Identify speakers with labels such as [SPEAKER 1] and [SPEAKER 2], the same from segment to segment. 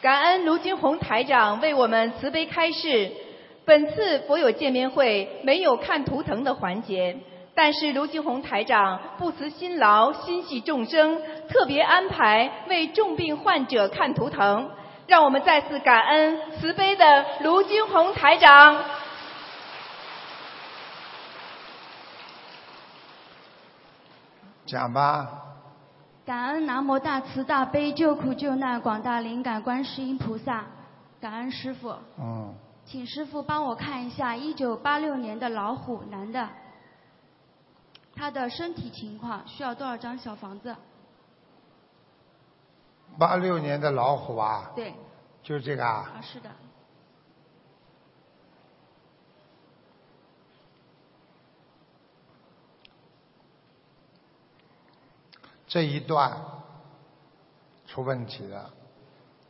[SPEAKER 1] 感恩卢金红台长为我们慈悲开示。本次佛友见面会没有看图腾的环节，但是卢金红台长不辞辛劳，心系众生，特别安排为重病患者看图腾。让我们再次感恩慈悲的卢金红台长。
[SPEAKER 2] 讲吧，
[SPEAKER 3] 感恩南无大慈大悲救苦救难广大灵感观世音菩萨，感恩师傅，
[SPEAKER 2] 嗯，
[SPEAKER 3] 请师傅帮我看一下一九八六年的老虎男的，他的身体情况需要多少张小房子？
[SPEAKER 2] 八六年的老虎啊，
[SPEAKER 3] 对，
[SPEAKER 2] 就这个啊，
[SPEAKER 3] 啊是的，
[SPEAKER 2] 这一段出问题了，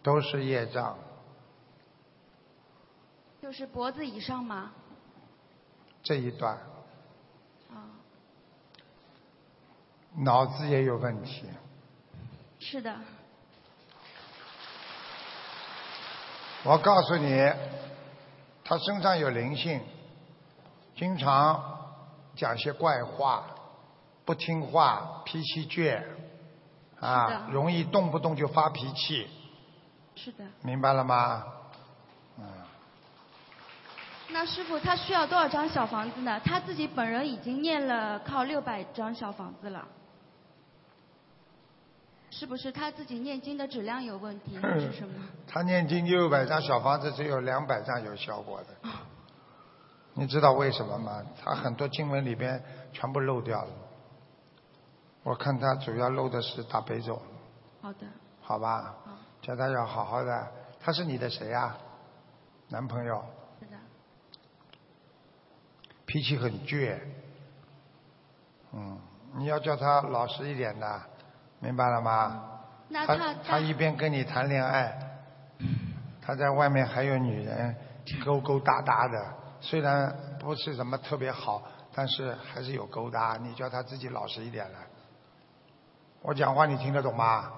[SPEAKER 2] 都是业障，
[SPEAKER 3] 就是脖子以上吗？
[SPEAKER 2] 这一段
[SPEAKER 3] 啊，
[SPEAKER 2] 脑子也有问题，
[SPEAKER 3] 是的，
[SPEAKER 2] 我告诉你，他身上有灵性，经常讲些怪话，不听话，脾气倔，
[SPEAKER 3] 是
[SPEAKER 2] 啊
[SPEAKER 3] 的，
[SPEAKER 2] 容易动不动就发脾气，
[SPEAKER 3] 是的。
[SPEAKER 2] 明白了吗？嗯，
[SPEAKER 3] 那师傅他需要多少张小房子呢？他自己本人已经念了靠六百张小房子了，是不是他自己念经的质量有问题还是什 么？
[SPEAKER 2] 他念经六百张小房子，只有两百张有效果的，你知道为什么吗？他很多经文里边全部漏掉了，我看他主要漏的是大悲咒。
[SPEAKER 3] 好的，
[SPEAKER 2] 好吧，叫他要好好的。他是你的谁呀、男朋友，
[SPEAKER 3] 是的，
[SPEAKER 2] 脾气很倔。嗯，你要叫他老实一点的，明白了吗？
[SPEAKER 3] 那
[SPEAKER 2] 他
[SPEAKER 3] 他
[SPEAKER 2] 他一边跟你谈恋爱，他在外面还有女人勾勾搭搭的，虽然不是什么特别好，但是还是有勾搭。你叫他自己老实一点了。我讲话你听得懂吗？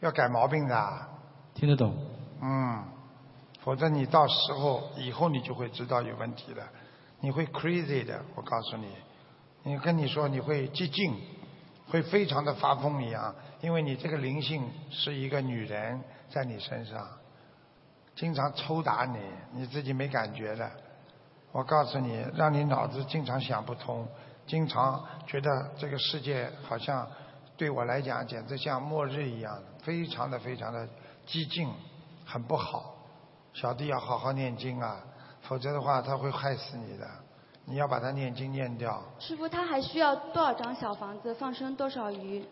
[SPEAKER 2] 要改毛病的。
[SPEAKER 4] 听得懂？
[SPEAKER 2] 嗯，否则你到时候以后你就会知道有问题了，你会 crazy 的，我告诉你，你跟你说你会激进，会非常的发疯一样，因为你这个灵性是一个女人在你身上，经常抽打你，你自己没感觉的。我告诉你，让你脑子经常想不通，经常觉得这个世界好像对我来讲简直像末日一样，非常的非常的激进，很不好。小弟要好好念经啊，否则的话他会害死你的。你要把他念经念掉，
[SPEAKER 3] 师傅他还需要多少张小房子放生多少鱼？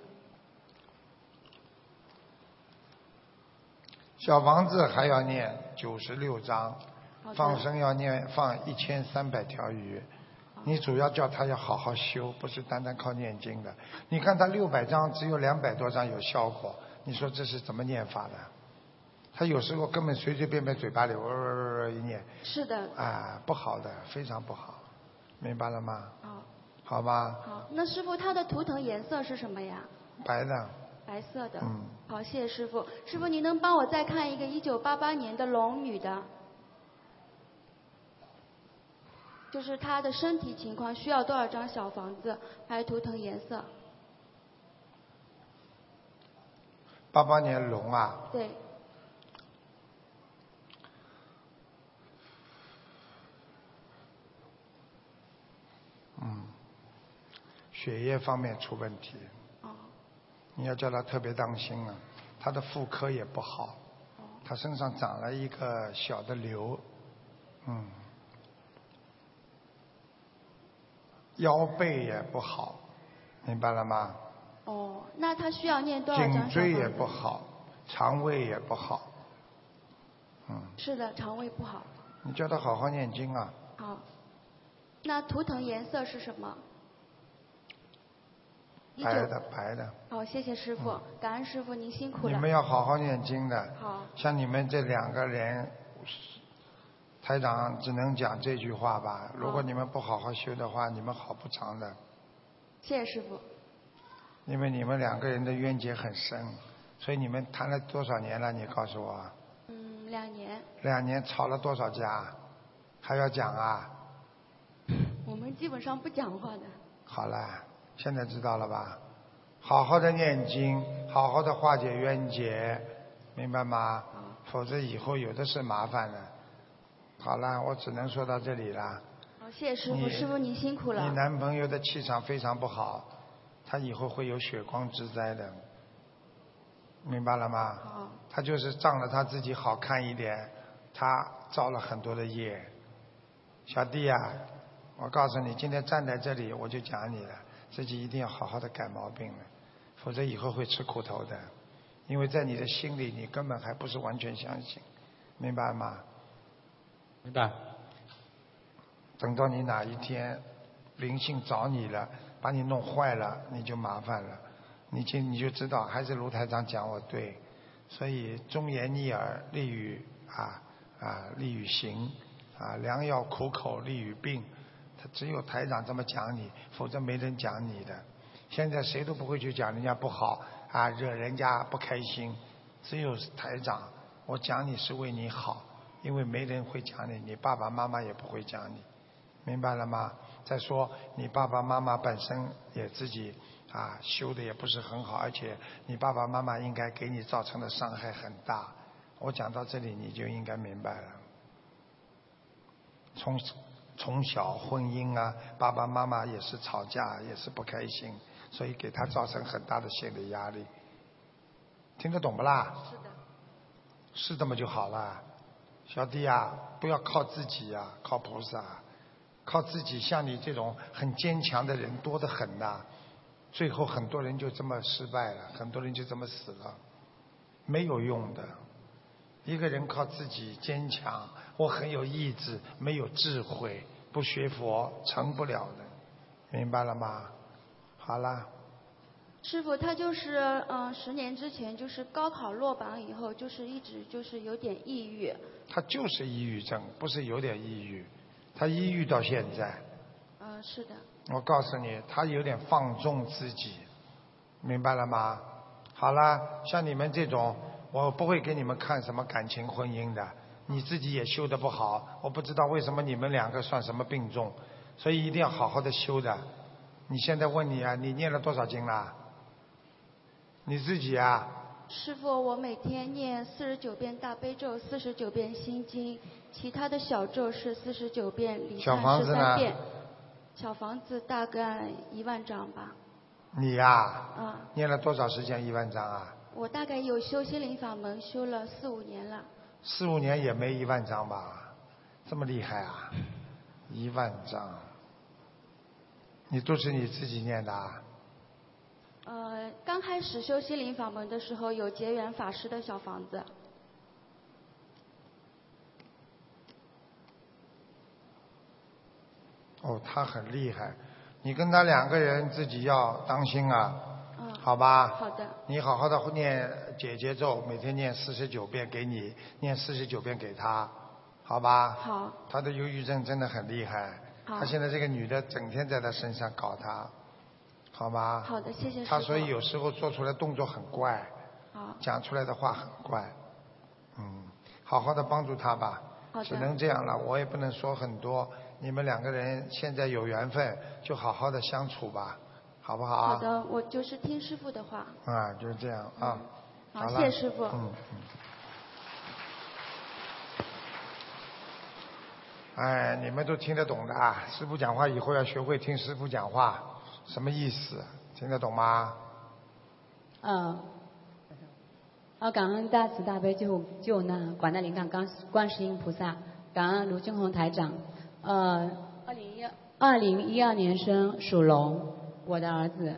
[SPEAKER 2] 小房子还要念九十六章，
[SPEAKER 3] 好的
[SPEAKER 2] 放生要念放一千三百条鱼。你主要叫他要好好修，不是单单靠念经的。你看他六百章只有两百多章有效果，你说这是怎么念法的？他有时候根本随随便便嘴巴里喔喔喔喔一念，
[SPEAKER 3] 是的，
[SPEAKER 2] 啊，不好的，非常不好，明白了吗？
[SPEAKER 3] 好，
[SPEAKER 2] 好吧，
[SPEAKER 3] 哦好。那师傅他的图腾颜色是什么呀？
[SPEAKER 2] 白的，
[SPEAKER 3] 白色的。
[SPEAKER 2] 嗯
[SPEAKER 3] 好，谢谢师傅。师傅，您能帮我再看一个一九八八年的龙女的，就是她的身体情况，需要多少张小房子，还有图腾颜色？
[SPEAKER 2] 八八年龙啊，
[SPEAKER 3] 对，
[SPEAKER 2] 血液方面出问题，
[SPEAKER 3] 哦，
[SPEAKER 2] 你要叫他特别当心啊，他的妇科也不好，他身上长了一个小的瘤，嗯，腰背也不好，明白了吗？
[SPEAKER 3] 哦，那她需要念多少张小
[SPEAKER 2] 颈
[SPEAKER 3] 房子？
[SPEAKER 2] 椎也不好，肠胃也啊不好，嗯，
[SPEAKER 3] 是的，肠胃不好。
[SPEAKER 2] 你叫他好好念经啊，
[SPEAKER 3] 好，那图腾颜色是什么？一九
[SPEAKER 2] 白的白的，
[SPEAKER 3] 好，谢谢师傅，感恩师傅您辛苦
[SPEAKER 2] 你
[SPEAKER 3] 了。
[SPEAKER 2] 们要好好念经的。
[SPEAKER 3] 好，
[SPEAKER 2] 像你们这两个人，台长只能讲这句话吧。如果你们不好好修的话，你们好不长的，
[SPEAKER 3] 谢谢师傅。
[SPEAKER 2] 因为你们两个人的冤结很深，所以你们谈了多少年了？你告诉我啊，
[SPEAKER 3] 嗯，两年，
[SPEAKER 2] 两年吵了多少架？还要讲啊？
[SPEAKER 3] 我们基本上不讲话的。
[SPEAKER 2] 好了，现在知道了吧？好好的念经，好好的化解冤结，明白吗？否则以后有的是麻烦了。好了，我只能说到这里了。
[SPEAKER 3] 好，谢谢师傅，
[SPEAKER 2] 你
[SPEAKER 3] 师傅您辛苦
[SPEAKER 2] 你
[SPEAKER 3] 了。
[SPEAKER 2] 男朋友的气场非常不好，他以后会有血光之灾的，明白了吗？
[SPEAKER 3] 好，
[SPEAKER 2] 他就是仗着他自己好看一点，他造了很多的业。小弟呀、我告诉你，今天站在这里我就讲你了，自己一定要好好的改毛病了，否则以后会吃苦头的。因为在你的心里，你根本还不是完全相信，明白吗？
[SPEAKER 4] 明 白。
[SPEAKER 2] 等到你哪一天灵性找你了，把你弄坏了，你就麻烦了。你就你就知道，还是卢台长讲我对，所以忠言逆耳利于啊啊利于行啊，良药苦口利于病。他只有台长这么讲你，否则没人讲你的。现在谁都不会去讲人家不好啊，惹人家不开心，只有台长我讲你是为你好，因为没人会讲你，你爸爸妈妈也不会讲你。明白了吗？再说你爸爸妈妈本身也自己啊修的也不是很好，而且你爸爸妈妈应该给你造成的伤害很大。我讲到这里你就应该明白了。从从小婚姻啊，爸爸妈妈也是吵架，也是不开心，所以给他造成很大的心理压力。听得懂不啦？
[SPEAKER 3] 是的。
[SPEAKER 2] 是这么就好了。小弟啊，不要靠自己啊，靠菩萨，靠自己。像你这种很坚强的人多得很呐、最后很多人就这么失败了，很多人就这么死了，没有用的。一个人靠自己坚强，我很有意志，没有智慧，不学佛成不了的，明白了吗？好了，
[SPEAKER 3] 师傅他就是嗯、呃十年之前就是高考落榜以后，就是一直就是有点抑郁。
[SPEAKER 2] 他就是抑郁症，不是有点抑郁，他抑郁到现在。
[SPEAKER 3] 嗯、是的，
[SPEAKER 2] 我告诉你，他有点放纵自己，明白了吗？好啦，像你们这种，我不会给你们看什么感情婚姻的，你自己也修得不好，我不知道为什么你们两个算什么病重，所以一定要好好的修的。你现在问你啊，你念了多少经啦？你自己啊，
[SPEAKER 3] 师傅，我每天念四十九遍大悲咒，四十九遍心经，其他的小咒是四十九遍，离
[SPEAKER 2] 小房子
[SPEAKER 3] 散十
[SPEAKER 2] 呢
[SPEAKER 3] 三遍。小房子大概一万张吧。
[SPEAKER 2] 你呀、
[SPEAKER 3] 啊，
[SPEAKER 2] 念了多少时间一万章啊？
[SPEAKER 3] 我大概有修心灵法门，修了四五年了。
[SPEAKER 2] 四五年也没一万张吧？这么厉害啊！一万张，你都是你自己念的啊？
[SPEAKER 3] 呃，刚开始修心灵法门的时候，有结缘法师的小房子。
[SPEAKER 2] 哦，他很厉害，你跟他两个人自己要当心啊，
[SPEAKER 3] 嗯，
[SPEAKER 2] 好吧？
[SPEAKER 3] 好的，
[SPEAKER 2] 你好好的念姐姐咒，每天念四十九遍给你，念四十九遍给他，好吧？
[SPEAKER 3] 好，
[SPEAKER 2] 他的忧郁症真的很厉害，
[SPEAKER 3] 好
[SPEAKER 2] 他现在这个女的整天在他身上搞他，好吧？
[SPEAKER 3] 好的，谢谢师傅。
[SPEAKER 2] 他所以有时候做出来动作很怪。
[SPEAKER 3] 好，
[SPEAKER 2] 讲出来的话很怪，嗯，好好的帮助他吧，
[SPEAKER 3] 好的
[SPEAKER 2] 只能这样了，我也不能说很多。你们两个人现在有缘分，就好好的相处吧，好不好啊？
[SPEAKER 3] 好的，我就是听师傅的话。
[SPEAKER 2] 啊，就是这样啊。
[SPEAKER 3] 嗯好，
[SPEAKER 2] 了
[SPEAKER 3] 谢谢师傅。
[SPEAKER 2] 嗯嗯。哎，你们都听得懂的啊！师傅讲话以后要学会听师傅讲话，什么意思？听得懂吗？
[SPEAKER 5] 嗯，啊，感恩大慈大悲救救难广大灵感观观世音菩萨，感恩卢俊宏台长。呃，二零一二零一二年生，属龙，我的儿子。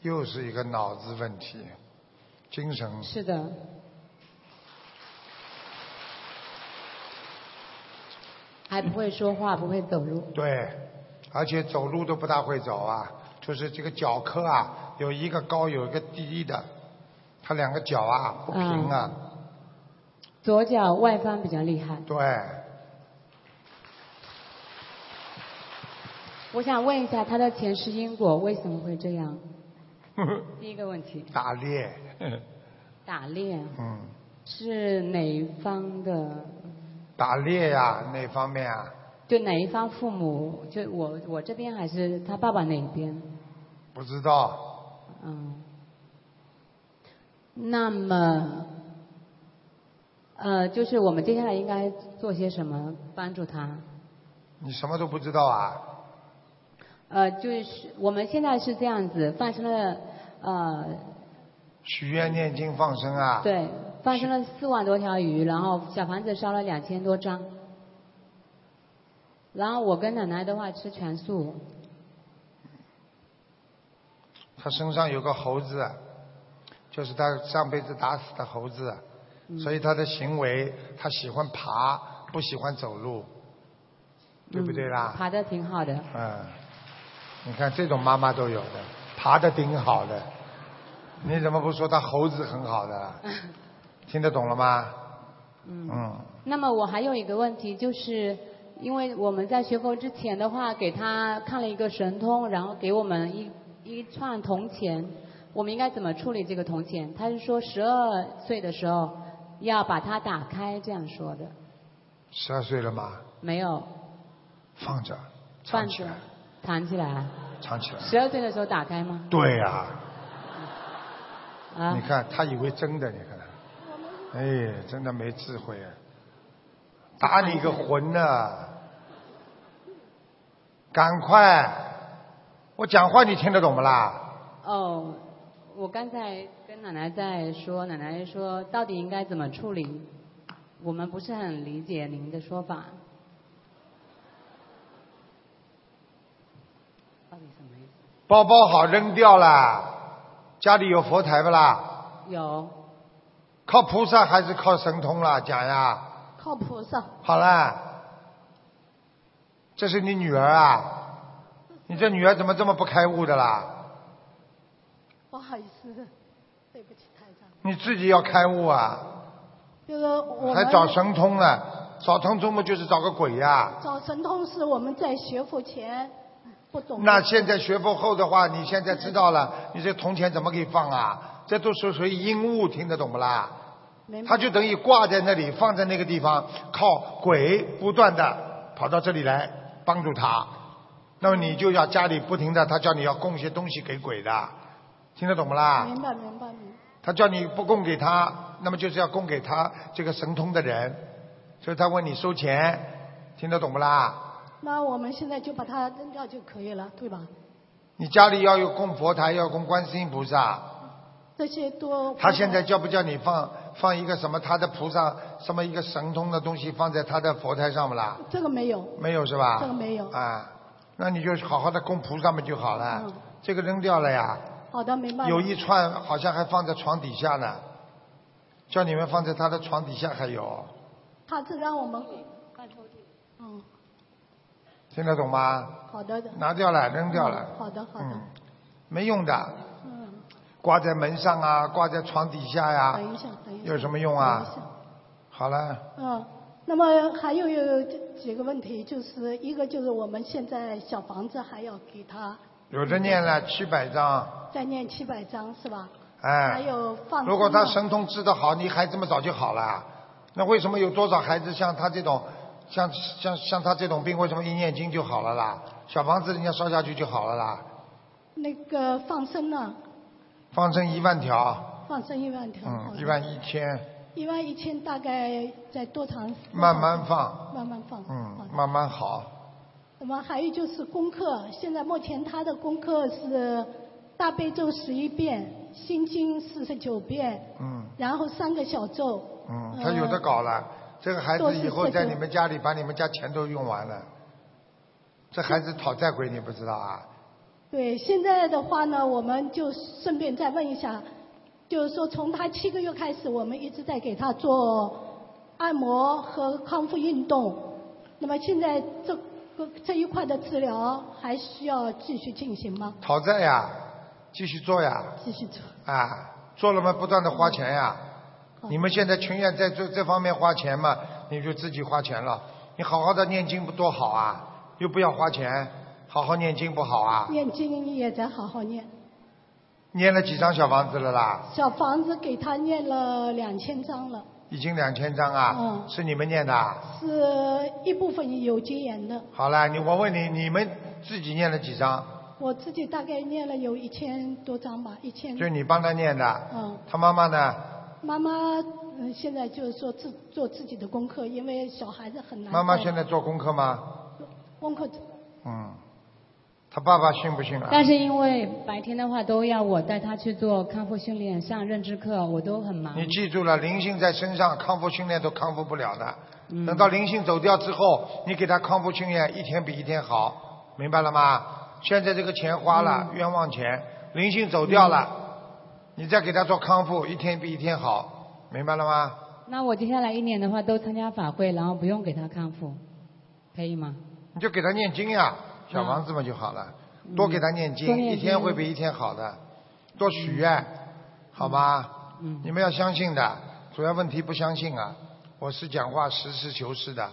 [SPEAKER 2] 又是一个脑子问题，精神
[SPEAKER 5] 是的，还不会说话，不会走路。
[SPEAKER 2] 对，而且走路都不大会走啊，就是这个脚科啊，有一个高有一个低的，他两个脚啊不平啊，
[SPEAKER 3] 嗯
[SPEAKER 5] 左脚外翻比较厉害。
[SPEAKER 2] 对。
[SPEAKER 5] 我想问一下，他的前世因果为什么会这 样？第一个问题，
[SPEAKER 2] 打猎，
[SPEAKER 5] 打猎
[SPEAKER 2] 嗯，
[SPEAKER 5] 是哪一方的？
[SPEAKER 2] 打猎呀、哪方面啊？
[SPEAKER 5] 就哪一方父母？就我我这边还是他爸爸那一边？
[SPEAKER 2] 不知道，
[SPEAKER 5] 嗯，那么，呃，就是我们接下来应该做些什么帮助他？
[SPEAKER 2] 你什么都不知道啊？
[SPEAKER 5] 呃，就是我们现在是这样子，发生了呃，
[SPEAKER 2] 许愿念经放生啊？，
[SPEAKER 5] 对，发生了四万多条鱼，然后小房子烧了两千多张，然后我跟奶奶的话吃全素，
[SPEAKER 2] 他身上有个猴子，就是他上辈子打死的猴子，
[SPEAKER 5] 嗯
[SPEAKER 2] 所以他的行为，他喜欢爬，不喜欢走路，对不对啦？
[SPEAKER 5] 嗯爬的挺好的，
[SPEAKER 2] 嗯，你看这种妈妈都有的，爬的挺好的，你怎么不说她猴子很好的 啊？听得懂了吗？嗯。
[SPEAKER 5] 那么我还有一个问题，就是因为我们在学佛之前的话，给他看了一个神通，然后给我们一一串铜钱，我们应该怎么处理这个铜钱？他是说十二岁的时候要把它打开，这样说的，
[SPEAKER 2] 十二岁了吗？
[SPEAKER 5] 没有
[SPEAKER 2] 放着，
[SPEAKER 5] 放
[SPEAKER 2] 藏起
[SPEAKER 5] 着
[SPEAKER 2] 来，
[SPEAKER 5] 弹起来啊。
[SPEAKER 2] 藏起来。
[SPEAKER 5] 十二岁的时候打开吗？
[SPEAKER 2] 对呀、
[SPEAKER 5] 啊
[SPEAKER 2] 你，看他以为真的，你看，哎，真的没智慧啊！打你个魂呐、赶快，我讲话你听得懂不啦？
[SPEAKER 5] 哦，我刚才跟奶奶在说，奶奶说到底应该怎么处理？我们不是很理解您的说法。到底什么意思？
[SPEAKER 2] 包包好扔掉啦，家里有佛台不啦？
[SPEAKER 5] 有
[SPEAKER 2] 靠菩萨还是靠神通啦？讲呀，
[SPEAKER 3] 靠菩萨，
[SPEAKER 2] 好啦，这是你女儿啊，你这女儿怎么这么不开悟的啦？
[SPEAKER 3] 不好意思，对不起台长。
[SPEAKER 2] 你自己要开悟啊，
[SPEAKER 6] 这个我们
[SPEAKER 2] 还找神通呢？找神通不就是找个鬼呀、
[SPEAKER 6] 找神通是我们在学佛前不懂的。
[SPEAKER 2] 那现在学佛后的话，你现在知道了，你这铜钱怎么给放啊？这都是属于阴物，听得懂不啦？
[SPEAKER 6] 明白
[SPEAKER 2] 它就等于挂在那里，放在那个地方，靠鬼不断的跑到这里来帮助他。那么你就要家里不停的，他叫你要供些东西给鬼的，听得懂不啦？
[SPEAKER 6] 明白明白明白。
[SPEAKER 2] 他叫你不供给他，那么就是要供给他这个神通的人，所以他问你收钱，听得懂不啦？
[SPEAKER 6] 那我们现在就把它扔掉就可以了，对吧？
[SPEAKER 2] 你家里要有供佛台，要供观世音菩萨。
[SPEAKER 6] 这些多。
[SPEAKER 2] 他现在叫不叫你放放一个什么他的菩萨什么一个神通的东西放在他的佛台上不啦？
[SPEAKER 6] 这个没有，
[SPEAKER 2] 没有是吧？
[SPEAKER 6] 这个没有
[SPEAKER 2] 啊，那你就好好的供菩萨们就好了。
[SPEAKER 6] 嗯
[SPEAKER 2] 这个扔掉了呀，
[SPEAKER 6] 好的明白了。
[SPEAKER 2] 有一串好像还放在床底下呢，叫你们放在他的床底下还有，
[SPEAKER 6] 他是让我们。嗯，
[SPEAKER 2] 听得懂吗？
[SPEAKER 6] 好的的。
[SPEAKER 2] 拿掉了，扔掉了。
[SPEAKER 6] 嗯好的好的
[SPEAKER 2] 嗯，没用的，
[SPEAKER 6] 嗯，
[SPEAKER 2] 挂在门上啊，挂在床底下呀、
[SPEAKER 6] 等一下等一下。
[SPEAKER 2] 有什么啊用
[SPEAKER 6] 等一
[SPEAKER 2] 啊？
[SPEAKER 6] 下
[SPEAKER 2] 好了。
[SPEAKER 6] 嗯，那么还有有几个问题，就是一个就是我们现在小房子还要给他
[SPEAKER 2] 有的念了七百张，
[SPEAKER 6] 再念七百张是吧？
[SPEAKER 2] 哎，
[SPEAKER 6] 还有放
[SPEAKER 2] 如果他
[SPEAKER 6] 生的啊
[SPEAKER 2] 神通治得好，你孩子们早就好了。那为什么有多少孩子像他这种，像像像他这种病，为什么一念经就好了啦？小房子人家烧下去就好了啦，
[SPEAKER 6] 那个放生呢？
[SPEAKER 2] 放生一万条，
[SPEAKER 6] 放生一万条。好
[SPEAKER 2] 嗯，
[SPEAKER 6] 的
[SPEAKER 2] 一万一千，
[SPEAKER 6] 一万一千大概在多长？
[SPEAKER 2] 慢慢放，
[SPEAKER 6] 慢慢放。好
[SPEAKER 2] 嗯，
[SPEAKER 6] 的
[SPEAKER 2] 慢慢好。
[SPEAKER 6] 那么还有就是功课，现在目前他的功课是大悲咒十一遍，心经四十九遍，
[SPEAKER 2] 嗯
[SPEAKER 6] 然后三个小咒。呃
[SPEAKER 2] 嗯，他有的搞了，这个孩
[SPEAKER 6] 多
[SPEAKER 2] 子
[SPEAKER 6] 是
[SPEAKER 2] 以后
[SPEAKER 6] 四
[SPEAKER 2] 在
[SPEAKER 6] 个
[SPEAKER 2] 你们家里把你们家钱都用完了，这孩子讨债鬼你不知道啊？
[SPEAKER 6] 对，现在的话呢，我们就顺便再问一下，就是说从他七个月开始，我们一直在给他做按摩和康复运动。那么现在这个这一块的治疗还需要继续进行吗？
[SPEAKER 2] 讨债呀，继续做呀。
[SPEAKER 6] 继续做。
[SPEAKER 2] 啊，做了嘛，不断的花钱呀。
[SPEAKER 5] 哦
[SPEAKER 6] 好
[SPEAKER 2] 你们现在情愿在这这方面花钱嘛，你就自己花钱了。你好好的念经不多好啊，又不要花钱，好好念经不好啊？
[SPEAKER 6] 念经也在好好念。
[SPEAKER 2] 念了几张小房子了啦？
[SPEAKER 6] 小房子给他念了两千张了，
[SPEAKER 2] 已经两千张啊？
[SPEAKER 5] 哦
[SPEAKER 6] 嗯
[SPEAKER 2] 是你们念的啊？
[SPEAKER 6] 是一部分有经言的，
[SPEAKER 2] 好了，你我问你，你们自己念了几张？
[SPEAKER 6] 我自己大概念了有一千多张吧，一千。
[SPEAKER 2] 就你帮他念的。
[SPEAKER 6] 嗯，
[SPEAKER 2] 他妈妈呢？
[SPEAKER 6] 妈妈嗯现在就是说自做自己的功课，因为小孩子很难
[SPEAKER 2] 妈
[SPEAKER 6] 做。
[SPEAKER 2] 妈现在做功课吗？
[SPEAKER 6] 功课
[SPEAKER 2] 嗯。他爸爸信不信啊？
[SPEAKER 5] 但是因为白天的话都要我带他去做康复训练，上认知课，啊我都很忙。
[SPEAKER 2] 你记住了，灵性在身上，康复训练都康复不了的。
[SPEAKER 5] 嗯
[SPEAKER 2] 等到灵性走掉之后，你给他康复训练，一天比一天好，明白了吗？现在这个钱花了，
[SPEAKER 5] 嗯
[SPEAKER 2] 冤枉钱，灵性走掉了，你再给他做康复，一天比一天好，明白了吗？
[SPEAKER 5] 那我接下来一年的话都参加法会，然后不用给他康复，可以吗？
[SPEAKER 2] 你就给他念经呀，小房子嘛就好了，多给他念经，
[SPEAKER 5] 嗯多念
[SPEAKER 2] 一
[SPEAKER 5] 经
[SPEAKER 2] 天会比一天好的，多许愿，好吧？
[SPEAKER 5] 嗯
[SPEAKER 2] 你们要相信的，主要问题不相信啊。我是讲话实事求是的，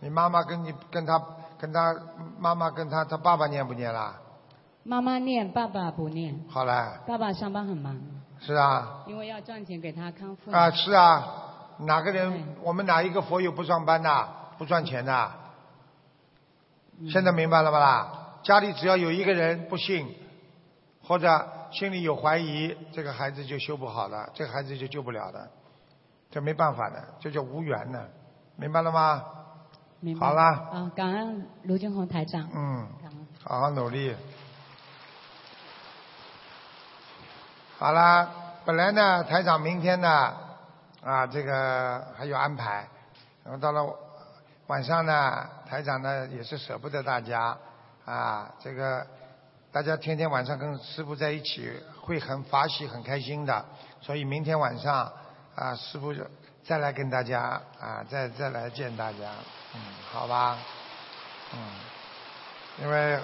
[SPEAKER 2] 你妈妈跟你跟他跟他妈妈跟他他爸爸念不念啦？
[SPEAKER 5] 妈妈念，爸爸不念，
[SPEAKER 2] 好啦，
[SPEAKER 5] 爸爸上班很忙，
[SPEAKER 2] 是啊，
[SPEAKER 5] 因为要赚钱给他康复。
[SPEAKER 2] 啊是啊，哪个人我们哪一个佛友不上班呐？不赚钱呐？现在明白了吧啦？家里只要有一个人不信，或者心里有怀疑，这个孩子就修不好了，这个孩子就救不了了，这没办法的，这叫无缘呢，明白了吗？
[SPEAKER 5] 明白
[SPEAKER 2] 好啦，
[SPEAKER 5] 啊，感恩卢俊宏台长。
[SPEAKER 2] 嗯
[SPEAKER 5] 感恩，
[SPEAKER 2] 好好努力。好啦，本来呢，台长明天呢，啊，这个还有安排，然后到了晚上呢，台长呢也是舍不得大家，啊，这个大家天天晚上跟师傅在一起会很法喜、很开心的，所以明天晚上啊，师傅就再来跟大家啊，再再来见大家，嗯，好吧，嗯，因为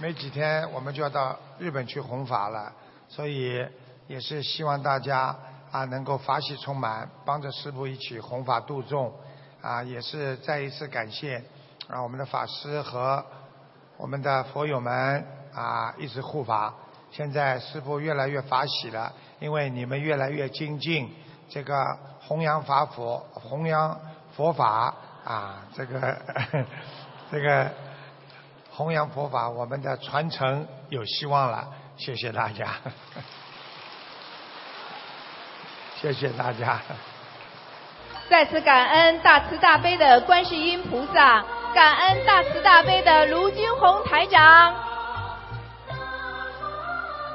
[SPEAKER 2] 没几天我们就要到日本去弘法了，所以也是希望大家啊能够法喜充满，帮着师傅一起弘法度众，啊，也是再一次感谢啊我们的法师和我们的佛友们啊一直护法。现在师傅越来越法喜了，因为你们越来越精进，这个弘扬法佛、弘扬佛法啊，这个 这个弘扬佛法，我们的传承有希望了。谢谢大家， 谢谢大家。
[SPEAKER 1] 再次感恩大慈大悲的观世音菩萨，感恩大慈大悲的卢军红台长，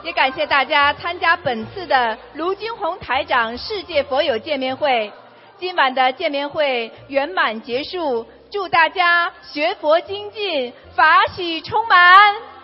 [SPEAKER 1] 也感谢大家参加本次的卢军红台长世界佛友见面会。今晚的见面会圆满结束，祝大家学佛精进，法喜充满。